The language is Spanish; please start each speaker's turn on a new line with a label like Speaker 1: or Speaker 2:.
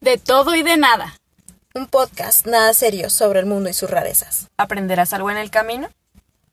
Speaker 1: De todo y de nada.
Speaker 2: Un podcast nada serio sobre el mundo y sus rarezas.
Speaker 3: ¿Aprenderás algo en el camino?